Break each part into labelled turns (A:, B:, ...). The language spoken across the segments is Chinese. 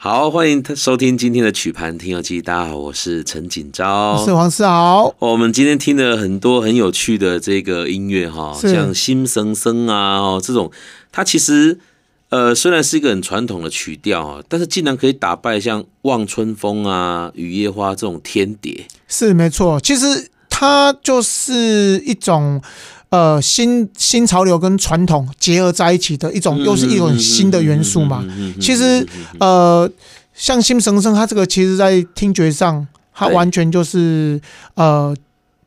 A: 好，欢迎收听今天的曲盘听友记。大家好，我是陈锦昭，
B: 是黄世豪，
A: 哦，我们今天听了很多很有趣的这个音乐哈，
B: 是
A: 像《心生生》啊，哦这种，它其实呃虽然是一个很传统的曲调哈，但是竟然可以打败像《望春风》啊、《雨夜花》这种天蝶。
B: 是没错。其实它就是一种呃新新潮流跟传统结合在一起的一
A: 嗯
B: 种，又是一种新的元素嘛。其实呃，像新神生，它这个其实在听觉上，它
A: 对
B: 完全就是呃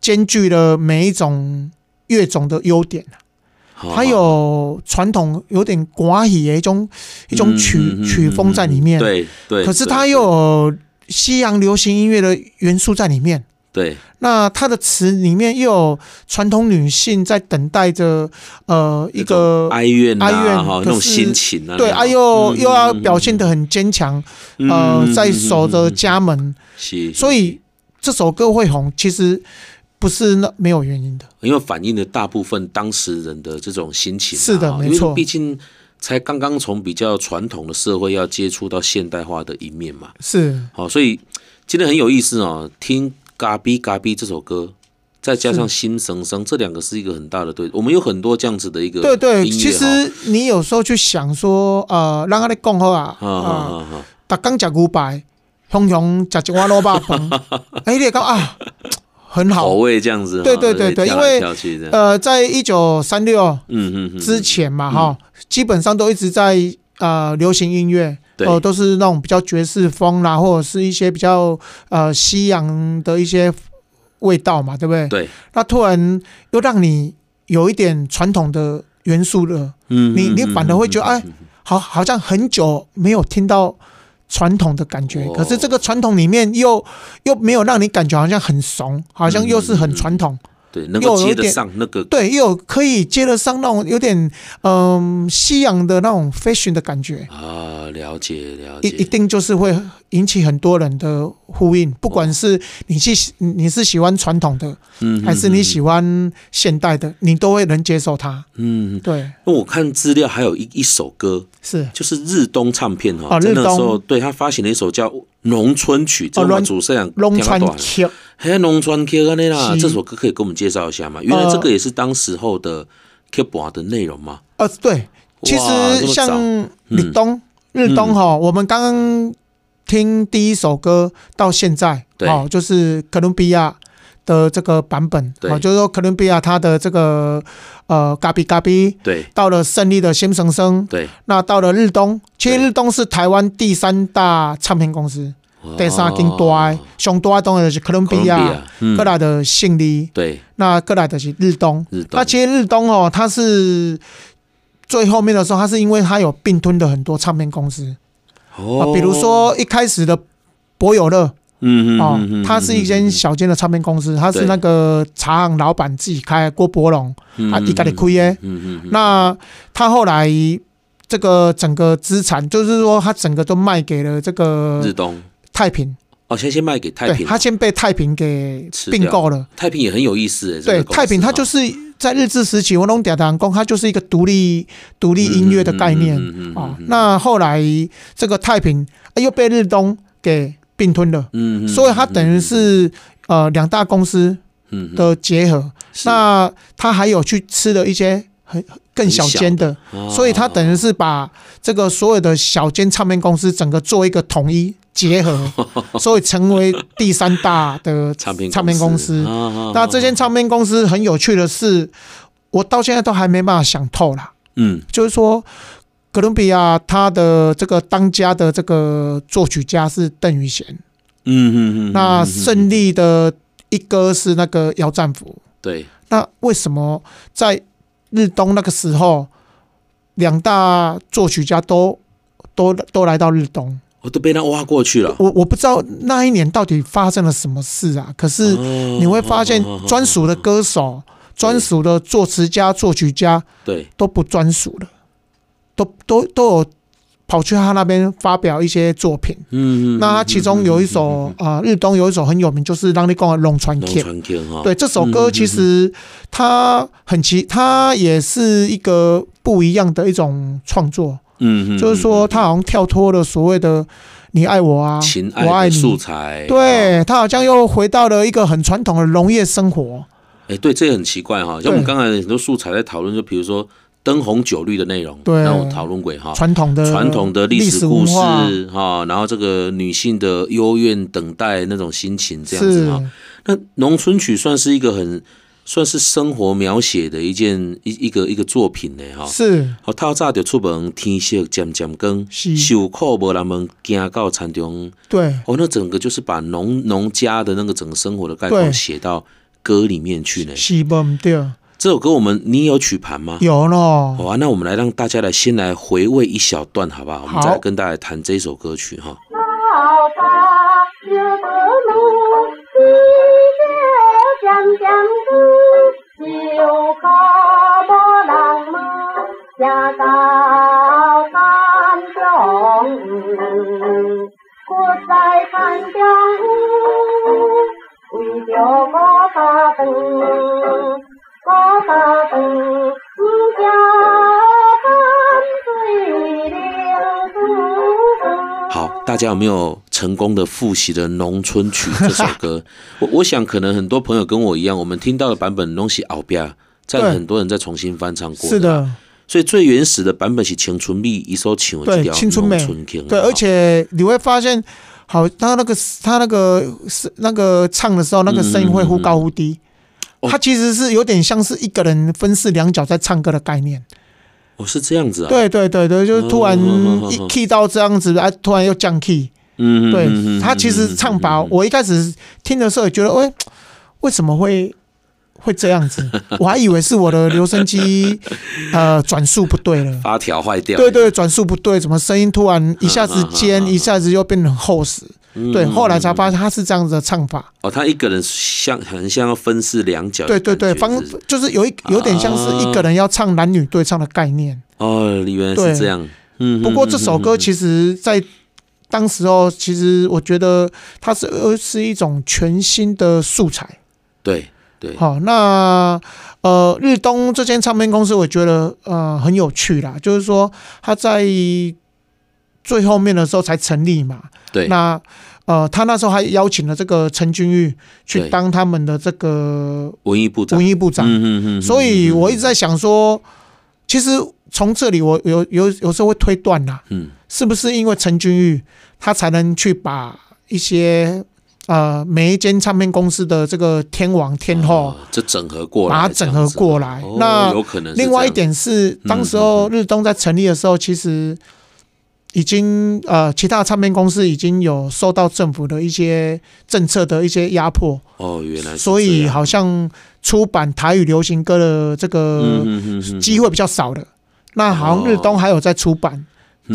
B: 兼具了每一种乐种的优点。它
A: 还哦
B: 有传统有点寡语的一种一种
A: 嗯
B: 曲、曲风在里面，
A: 对对，
B: 可是
A: 对
B: 它又有西洋流行音乐的元素在里面。
A: 对
B: 那它的词里面又有传统女性在等待着，呃，一
A: 那种
B: 个
A: 哀怨
B: 哀
A: 啊，
B: 怨
A: 哈，那
B: 可
A: 种
B: 是
A: 心情啊，
B: 对，
A: 那
B: 啊
A: 种
B: 又
A: 嗯
B: 又要
A: 嗯
B: 表现得很坚强，
A: 嗯
B: 呃，
A: 嗯
B: 在
A: 嗯
B: 守着
A: 嗯嗯
B: 家门，
A: 是，
B: 所以这首歌会红，其实不是那没有原因的，
A: 因为反映了大部分当时人的这种心情啊、
B: 是的没错
A: 因为毕竟才刚刚从比较传统的社会要接触到现代化的一面嘛。
B: 是
A: 好、所以今天很有意思哦，听《嘎比嘎比》这首歌，再加上《心神生》，这两个是一个很大的对比。我们有很多这样子的一个
B: 对对。
A: 音乐
B: 其
A: 哦
B: 实你有时候去想说，呃，让他来讲好啊，
A: 啊啊
B: 啊，
A: 啊啊，
B: 逐工食牛排，雄雄食一碗萝卜饭， 哎，你会讲啊，很好
A: 口。味这样子哦，
B: 对对对对
A: 跳
B: 因
A: 来
B: 为
A: 跳去这样
B: 呃，在一九三六
A: 嗯嗯嗯，
B: 之
A: 嗯
B: 前嘛，哈、基本上都一直在呃流行音乐，
A: 对
B: 呃，都是那种比较爵士风啦，或者是一些比较呃西洋的一些味道嘛，对不对？
A: 对，
B: 那突然又让你有一点传统的元素了，
A: 嗯，
B: 你
A: 嗯
B: 你反而会觉得，哎，好，好像很久没有听到。传统的感觉，
A: 哦
B: 可是这个传统里面又又没有让你感觉好像很怂，好像又是很传统，
A: 对，能够
B: 又有
A: 接得
B: 点
A: 上那个
B: 对，又有可以接得上那种有点嗯、西洋的那种 fashion 的感觉，
A: 啊，了解了
B: 一
A: 解，
B: 一定就是会引起很多人的呼应，不管是你去你你是喜欢传统的，
A: 哦嗯
B: 还是你喜
A: 欢？
B: 欢现代的，你都会能接受它。
A: 嗯，
B: 对，
A: 那我看资料还有一一首歌，
B: 是
A: 就是日东唱片哈、
B: 哦
A: 在
B: 日
A: 那
B: 东哦
A: 时候对他发行了一首叫《农村曲》，这个我们主持人
B: 龙
A: 听啊
B: 川
A: 到
B: Q
A: 嘿，农村 K 安内啦，
B: 是
A: 这首歌可以给我们介绍一下吗？原来这个也是当时候的 K 博的内容吗？
B: 呃，对，其
A: 哇
B: 实
A: 这么早嗯
B: 像李东、日东哈、我们刚刚听第一首歌到现在，
A: 对
B: 哦，就是哥伦比亚的这个版本，
A: 对
B: 哦，就是说哥伦比亚它的这个呃嘎比嘎比，
A: 对
B: 到了胜利的先生生，
A: 对，
B: 那到了日东，其实
A: 对
B: 日东是台湾第三大唱片公司，第三啊间大的
A: 哦，
B: 上大的当然就是哥伦
A: 哥
B: 比
A: 伦比
B: 亚，
A: 亚，嗯
B: 过，来的胜利，
A: 对，
B: 那过来的是日东。
A: 日东
B: 那，其实日东哦，它是最后面的时候，它是因为它有并吞的很多唱片公司啊
A: 哦，
B: 比如，说一开始的博友乐
A: 嗯
B: 哦
A: 嗯，
B: 它是一间小间的唱片公司，它是
A: 对
B: 那个茶行老板自己开，郭伯龙啊，意大利亏耶。
A: 嗯嗯，
B: 那他后来这个整个资产，就是说他整个都卖给了这
A: 日
B: 个
A: 东，
B: 太平，
A: 哦，先先卖给太
B: 对
A: 平，
B: 他先被太平给
A: 吃掉
B: 并购了。
A: 太平也很有意思诶，这
B: 对，
A: 个公司
B: 太平它就
A: 哈
B: 是在日治时期，我弄嗲当工，它就是一个独立独立音乐的概念
A: 嗯嗯嗯嗯嗯
B: 啊
A: 嗯。
B: 那后来这个太平啊又被日东给并吞了，
A: 嗯，嗯
B: 所以它等于是呃两大公司
A: 嗯嗯
B: 的结合。
A: 是
B: 那它还有去吃了一些很更小间的，
A: 哦
B: 所以它等于是把这个所有的小间唱片公司整个做一个统一结 合，所以成为第三大的
A: 唱片
B: 唱片公司
A: 啊啊啊
B: 那这间唱片公司很有趣的是，我到现在都还没办法想透啦。
A: 嗯
B: 就是说，哥伦比亚它的这个当家的这个作曲家是邓宇贤，
A: 嗯嗯嗯，
B: 那
A: 嗯
B: 胜利的一哥是那个姚战甫。
A: 对
B: 那为什么在日东那个时候，两大作曲家都都都来到日东？
A: 我都被他挖过去了，
B: 我我不知道那一年到底发生了什么事啊。可是
A: 哦
B: 你会发现
A: 哦哦哦哦
B: 专属的歌手、专属的作词家、作曲家
A: 对
B: 都不专属了，都都都有跑去他那边发表一些作品。
A: 嗯嗯，嗯
B: 那他其中有一首啊、呃日东有一首很有名，就是《让你讲的龙川
A: 《龙哦嗯
B: K》。
A: 传 Q》哈，
B: 对，这首歌其实它很奇，它也是一个不一样的一种创作，
A: 嗯，嗯嗯，
B: 就是说它好像跳脱了所谓的你爱我啊，
A: 情
B: 我爱
A: 爱的
B: 你
A: 素材，
B: 对他好像又回到了一个很传统的农业生活。
A: 哎，对，这也很奇怪哈。像我们刚才很多素材在讨论，就比如说灯红酒绿的内容，
B: 对
A: 让我讨论过哈。
B: 传统的
A: 啊传统的历
B: 历
A: 史故
B: 文
A: 事
B: 化
A: 哈，然后这个女性的幽怨等待那种心情这样子啊
B: 是
A: 哈。那农村曲算是一个很算是生活描写的一件一一个一个作品呢哈。
B: 是
A: 好，透早就出门，天色渐渐光，
B: 是
A: 受苦无人问，行到田中。
B: 对
A: 哦，那整个就是把农农家的那个整个生活的概况
B: 对
A: 写到歌里面去呢。
B: 是不对，
A: 这首歌我们你有曲盘吗？
B: 有咯，
A: 好啊，那我们来让大家来先来回味一小段，好不好？我们再来
B: 好
A: 跟大家来谈这首歌曲哈。
C: 老爸学得路，你这讲讲不，有可不浪漫，下到山中，我在山中，为着我爸等，我爸等，家山水流转。
A: 好，大家有没有成功的复习了《农村曲》这首 歌？我我想可能很多朋友跟我一样，我们听到的版本东西熬边，在
B: 对
A: 很多人再重新翻唱过。
B: 是，的，
A: 所以最原始的版本是青春蜜一首情
B: 对青春美
A: 春情
B: 对，
A: 哈
B: 而且你会发现，好，他那个他那个是那个唱的时候，那个声音会忽高忽低。
A: 哦
B: 他其实是有点像是一个人分饰两角在唱歌的概念，
A: 哦是这样子啊。，
B: 对对对对，就是突然
A: 嗯嗯嗯嗯嗯
B: 一 key 到这样子，啊，突然又降 key，
A: 嗯，
B: 对他其实唱法，我一开始听的时候也觉得，哎，为什么会会这 样子？我还以为是我的留声机呃转速不对了，
A: 发条坏掉。
B: 对对，转速不对，怎么声音突然一下子尖，
A: 嗯嗯嗯嗯
B: 一下子又变得很厚实？
A: 嗯
B: 对，后来才发现他是这样子的唱法。
A: 哦，他一个人像很像要分饰两角
B: 对
A: 的感觉。啊
B: 对对，方
A: 是不是
B: 就是有一有点像是一个人要唱男女对唱的概念。
A: 哦，原来是
B: 对
A: 这样。嗯，
B: 不过这首歌
A: 实
B: 其实，在当时候，其实我觉得它是呃是一种全新的素材。
A: 对对，
B: 好，那呃，日东这间唱片公司，我觉得呃很有趣啦，就是说它在最后面的时候才成立嘛，
A: 对，
B: 那呃，他那时候还邀请了这个陈君玉
A: 对
B: 去当他们的这个
A: 文艺部长，
B: 文艺部长，
A: 嗯嗯嗯，
B: 所以我一直
A: 直
B: 在想说，其实从这里我有有有时候会推断啦、
A: 嗯
B: 是不是因为陈君玉他才能去把一些呃每一间唱片公司的这个天王天后。
A: 啊这整合过来，
B: 哦把它整合过来
A: 这样子
B: 那
A: 哦有可能是这样。
B: 另外一点是，当时候日东在成立的时候，其实已经呃，其他唱片公司已经有受到政府的一些政策的一些压迫，
A: 哦，原来是
B: 所
A: 这
B: 以
A: 样
B: 好像出版台语流行歌的这
A: 嗯
B: 个
A: 嗯嗯嗯
B: 机会比较少了。那好像日东还有在出版，
A: 嗯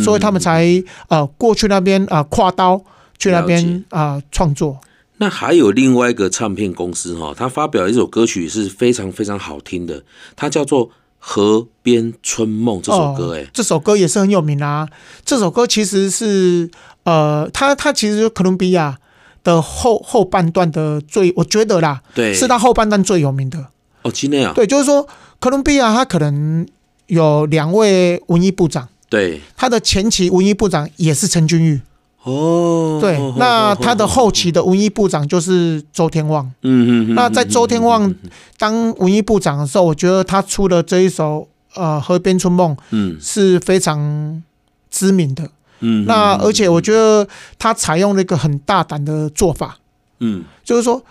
B: 所以他们才呃过去那边啊、呃、跨刀去
A: 了
B: 那
A: 解
B: 边啊创、作。
A: 那还有另外一个唱片公司哈、哦，它发表了一首歌曲是非常非常好听的，它叫做《河边春梦》这首歌，哎、
B: 哦，这首歌也是很有名啊。这首歌其实是呃，它它其实是哥伦比亚的后后半段的最，我觉得啦，
A: 对，
B: 是它后半段最有名的。
A: 哦，今天啊，
B: 对，就是说哥伦比亚它可能有两位文艺部长，
A: 对，
B: 它的前期文艺部长也是陈君玉，
A: 哦，
B: 对
A: 哦，
B: 那它的后，期的文艺部长就是周天旺。
A: 嗯嗯嗯，
B: 那在周天
A: 嗯
B: 旺当文艺部长的时候，我觉得他出的这一首呃《河边春梦》
A: 嗯
B: 是非常知名的。
A: 嗯，
B: 那而且我
A: 得，
B: 觉得他采用了一个很大胆的做法，
A: 嗯
B: 就是说《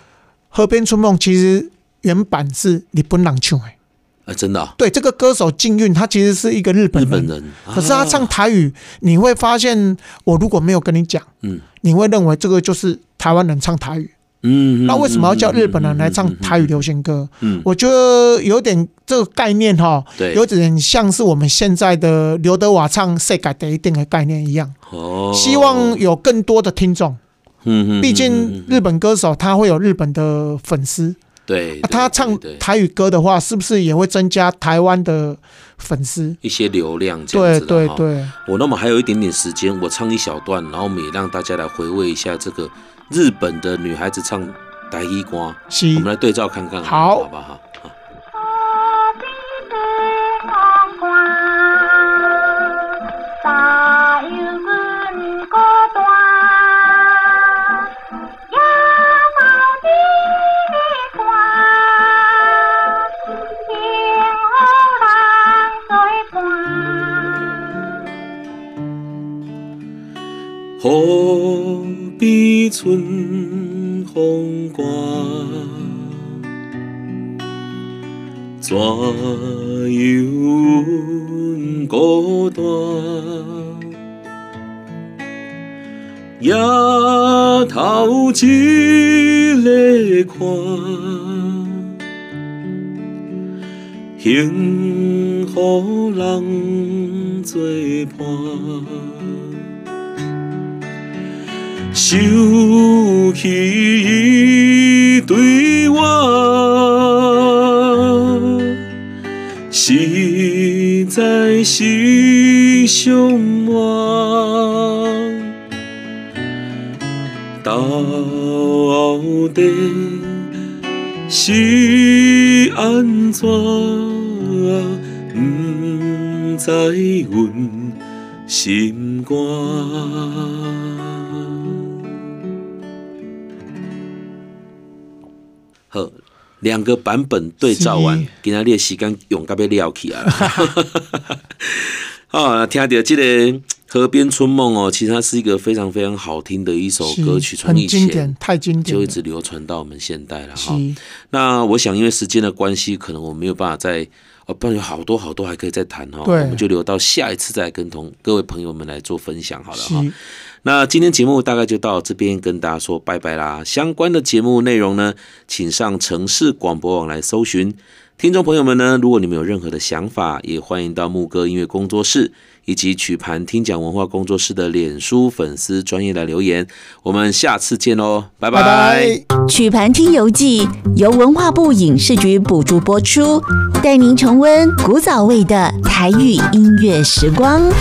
B: 河边春梦》其实原版是日本朗唱的，
A: 啊，真的啊、
B: 对，这个歌手静韵他其实是一个日本
A: 日本
B: 人，
A: 人，
B: 可是他唱
A: 啊，
B: 台语，你会发现我如果没有跟你讲，
A: 嗯
B: 你会认为这个就是台湾人唱台语。
A: 嗯，
B: 那为什么要叫日本人来
A: 嗯
B: 唱台语？流行歌？
A: 嗯，
B: 我觉得有点这个概念哈，
A: 对，
B: 有点像是我们现在的刘德华唱《世界第一定》的概念一样。
A: 哦，
B: 希望有更多的听众，
A: 嗯，嗯
B: 毕
A: 嗯
B: 竟
A: 嗯嗯
B: 日本歌手他会有日本的粉丝，
A: 对
B: 啊他唱
A: 对对对
B: 台语歌的话，是不是也会增加台湾的粉丝？
A: 一些流量这样
B: 对
A: 子的
B: 对
A: 哈
B: 对，
A: 我那么还有一点点时间，我唱一小段，然后我们也让大家来回味一下这个日本的女孩子唱台语歌，我
B: 是
A: 们来对照看看，
B: 好
A: 好不好？好
C: 大有阮孤单，
A: 何必春风挂？怎样孤单？夜头一个看。幸福人作伴，想起伊对我，实在是伤望。到底是安怎？不知阮心肝。好，两个版本对照完
B: 是，
A: 今仔日的时间用到要了去啊！ 啊，听到这个《河边春梦》哦，其实它是一个非常非常好听的一首
B: 是
A: 歌曲，从
B: 很
A: 以
B: 经
A: 前
B: 典，太经典
A: 就
B: 了，
A: 一直流传到我们现代了哈。
B: 是
A: 那我想，因为时间的关系，可能我没有办法再，哦，不然有好多好多还可以再谈哈。
B: 对
A: 我们就留到下一次再跟同各位朋友们来做分享好了哈。
B: 是
A: 那今天节目大概就到这边，跟大家说拜拜啦。相关的节目内容呢，请上城市广播网来搜寻。听众朋友们呢，如果你们有任何的想法，也欢迎到牧歌音乐工作室以及曲盘听讲文化工作室的脸书粉丝专业来留言。我们下次见喽，拜
B: 拜拜。
D: 曲盘听游记由文化部影视局补助播出，带您重温古早味的台语音乐时光。